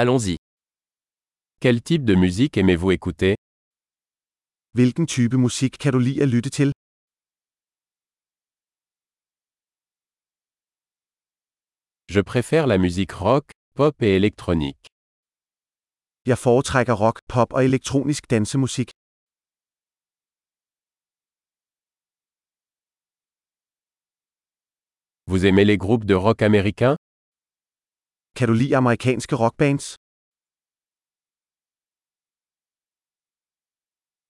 Allons-y. Quel type de musique aimez-vous écouter Hvilken type musik kan du lide at lytte til? Je préfère la musique rock, pop et électronique. Jeg foretrækker rock, pop og elektronisk dansemusik. Vous aimez les groupes de rock américains Kan du lide amerikanske rockbands?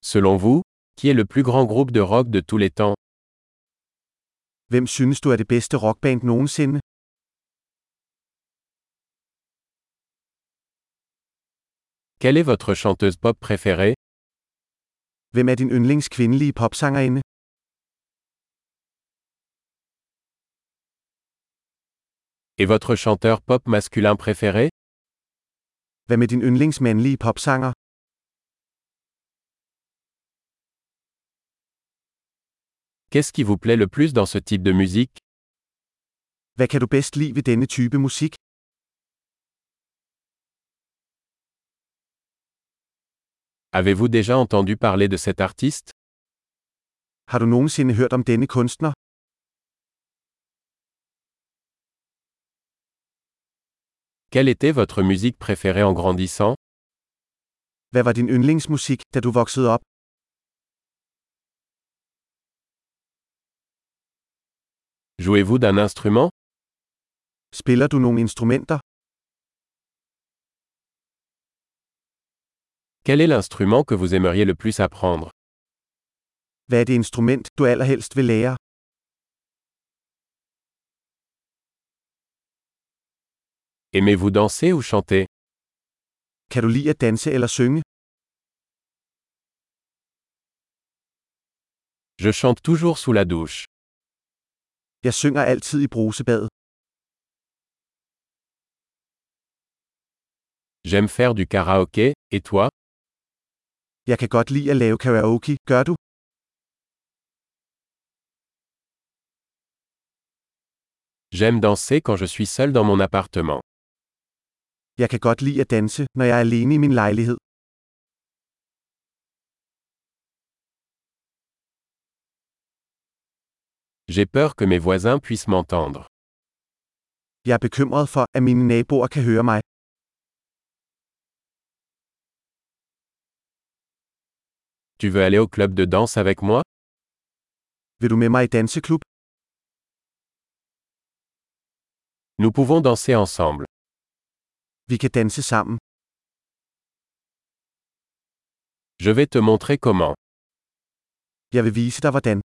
Selon vous, qui est le plus grand groupe de rock de tous les temps Hvem synes du er det bedste rockband nogensinde? Quelle est votre chanteuse pop préférée Hvem er din yndlings kvindelige popsangerinde? Et votre chanteur pop masculin préféré Hvad med din yndlings mandlige popsanger? Qu'est-ce qui vous plaît le plus dans ce type de musique Hvad kan du bedst lide ved denne type musik? Avez-vous déjà entendu parler de cet artiste Har du nogensinde hørt om denne kunstner? Quelle était votre musique préférée en grandissant Hvad var din yndlingsmusik, da du voksede op? Jouez-vous d'un instrument Spiller du nogle instrumenter? Quel est l'instrument que vous aimeriez le plus apprendre Hvad er det instrument, du allerhelst vil lære? Aimez-vous danser ou chanter Kan du lide at danse eller synge? Je chante toujours sous la douche. Jeg synger altid i brusebadet. J'aime faire du karaoké, et toi Jeg kan godt lide at lave karaoke, gør du? J'aime danser quand je suis seul dans mon appartement. Jeg kan godt lide at danse, når jeg er alene i min lejlighed. J'ai peur que mes voisins puissent m'entendre. Jeg er bekymret for, at mine naboer kan høre mig. Tu veux aller au club de danse avec moi Vil du med mig i danseklub? Nous pouvons danser ensemble. Vi kan danse sammen. Je vais te montrer comment. Jeg vil vise dig hvordan.